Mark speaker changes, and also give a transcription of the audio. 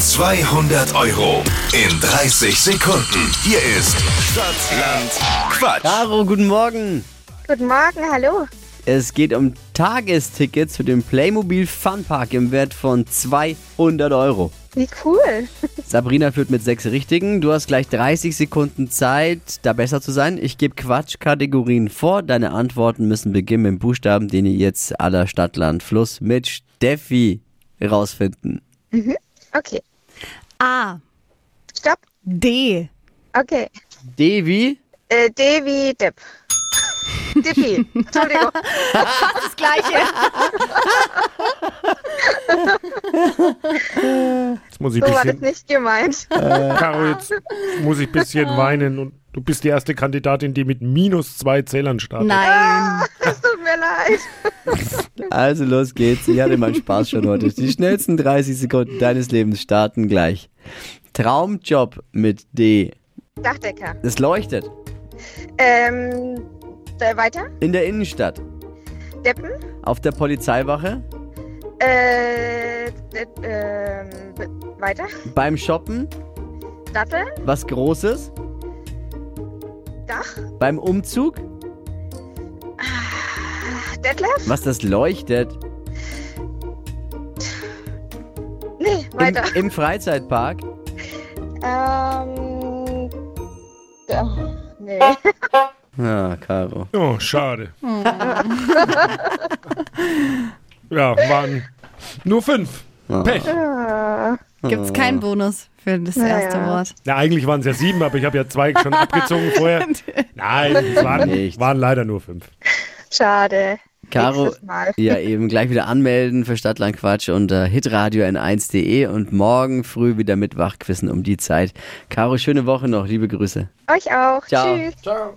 Speaker 1: 200 Euro in 30 Sekunden. Hier ist Stadtland Quatsch.
Speaker 2: Caro, guten Morgen.
Speaker 3: Guten Morgen, hallo.
Speaker 2: Es geht um Tagestickets für den Playmobil Funpark im Wert von 200 Euro.
Speaker 3: Wie cool.
Speaker 2: Sabrina führt mit sechs Richtigen. Du hast gleich 30 Sekunden Zeit, da besser zu sein. Ich gebe Quatschkategorien vor. Deine Antworten müssen beginnen mit dem Buchstaben, den ihr jetzt aller Stadt, Land, Fluss mit Steffi rausfinden.
Speaker 3: Okay,
Speaker 4: A.
Speaker 3: stopp.
Speaker 4: D.
Speaker 3: Okay.
Speaker 2: Devi?
Speaker 3: Äh, D wie Depp. Dippi. Entschuldigung.
Speaker 4: Das gleiche.
Speaker 5: Jetzt muss ich
Speaker 3: So
Speaker 5: ein
Speaker 3: war das
Speaker 5: bisschen,
Speaker 3: nicht gemeint.
Speaker 5: Caro, jetzt muss ich ein bisschen weinen und du bist die erste Kandidatin, die mit minus zwei Zählern startet.
Speaker 4: Nein.
Speaker 3: Es tut mir leid.
Speaker 2: Also los geht's. Ich hatte meinen Spaß schon heute. Die schnellsten 30 Sekunden deines Lebens starten gleich. Traumjob mit D.
Speaker 3: Dachdecker.
Speaker 2: Es leuchtet.
Speaker 3: Ähm, äh, weiter.
Speaker 2: In der Innenstadt.
Speaker 3: Deppen.
Speaker 2: Auf der Polizeiwache.
Speaker 3: Äh, äh, ähm, b- weiter.
Speaker 2: Beim Shoppen.
Speaker 3: Datteln.
Speaker 2: Was Großes.
Speaker 3: Dach.
Speaker 2: Beim Umzug.
Speaker 3: Detlef.
Speaker 2: Was das leuchtet.
Speaker 3: Nee,
Speaker 2: Im,
Speaker 3: weiter.
Speaker 2: Im Freizeitpark.
Speaker 3: Ähm, äh, nee.
Speaker 2: Ah, Caro.
Speaker 5: Oh, schade. ja, waren nur fünf. Pech.
Speaker 3: Äh,
Speaker 4: Gibt's keinen Bonus für das erste
Speaker 3: ja.
Speaker 4: Wort.
Speaker 5: Na, eigentlich waren es ja sieben, aber ich habe ja zwei schon abgezogen vorher. Nein, es waren,
Speaker 2: Nicht.
Speaker 5: waren leider nur fünf.
Speaker 3: schade.
Speaker 2: Caro,
Speaker 3: Nächstes Mal.
Speaker 2: ja eben gleich wieder anmelden für Stadtlandquatsch unter hitradio n1.de und morgen früh wieder mit Wachquissen um die Zeit. Caro, schöne Woche noch. Liebe Grüße.
Speaker 3: Euch auch.
Speaker 2: Ciao.
Speaker 3: Tschüss.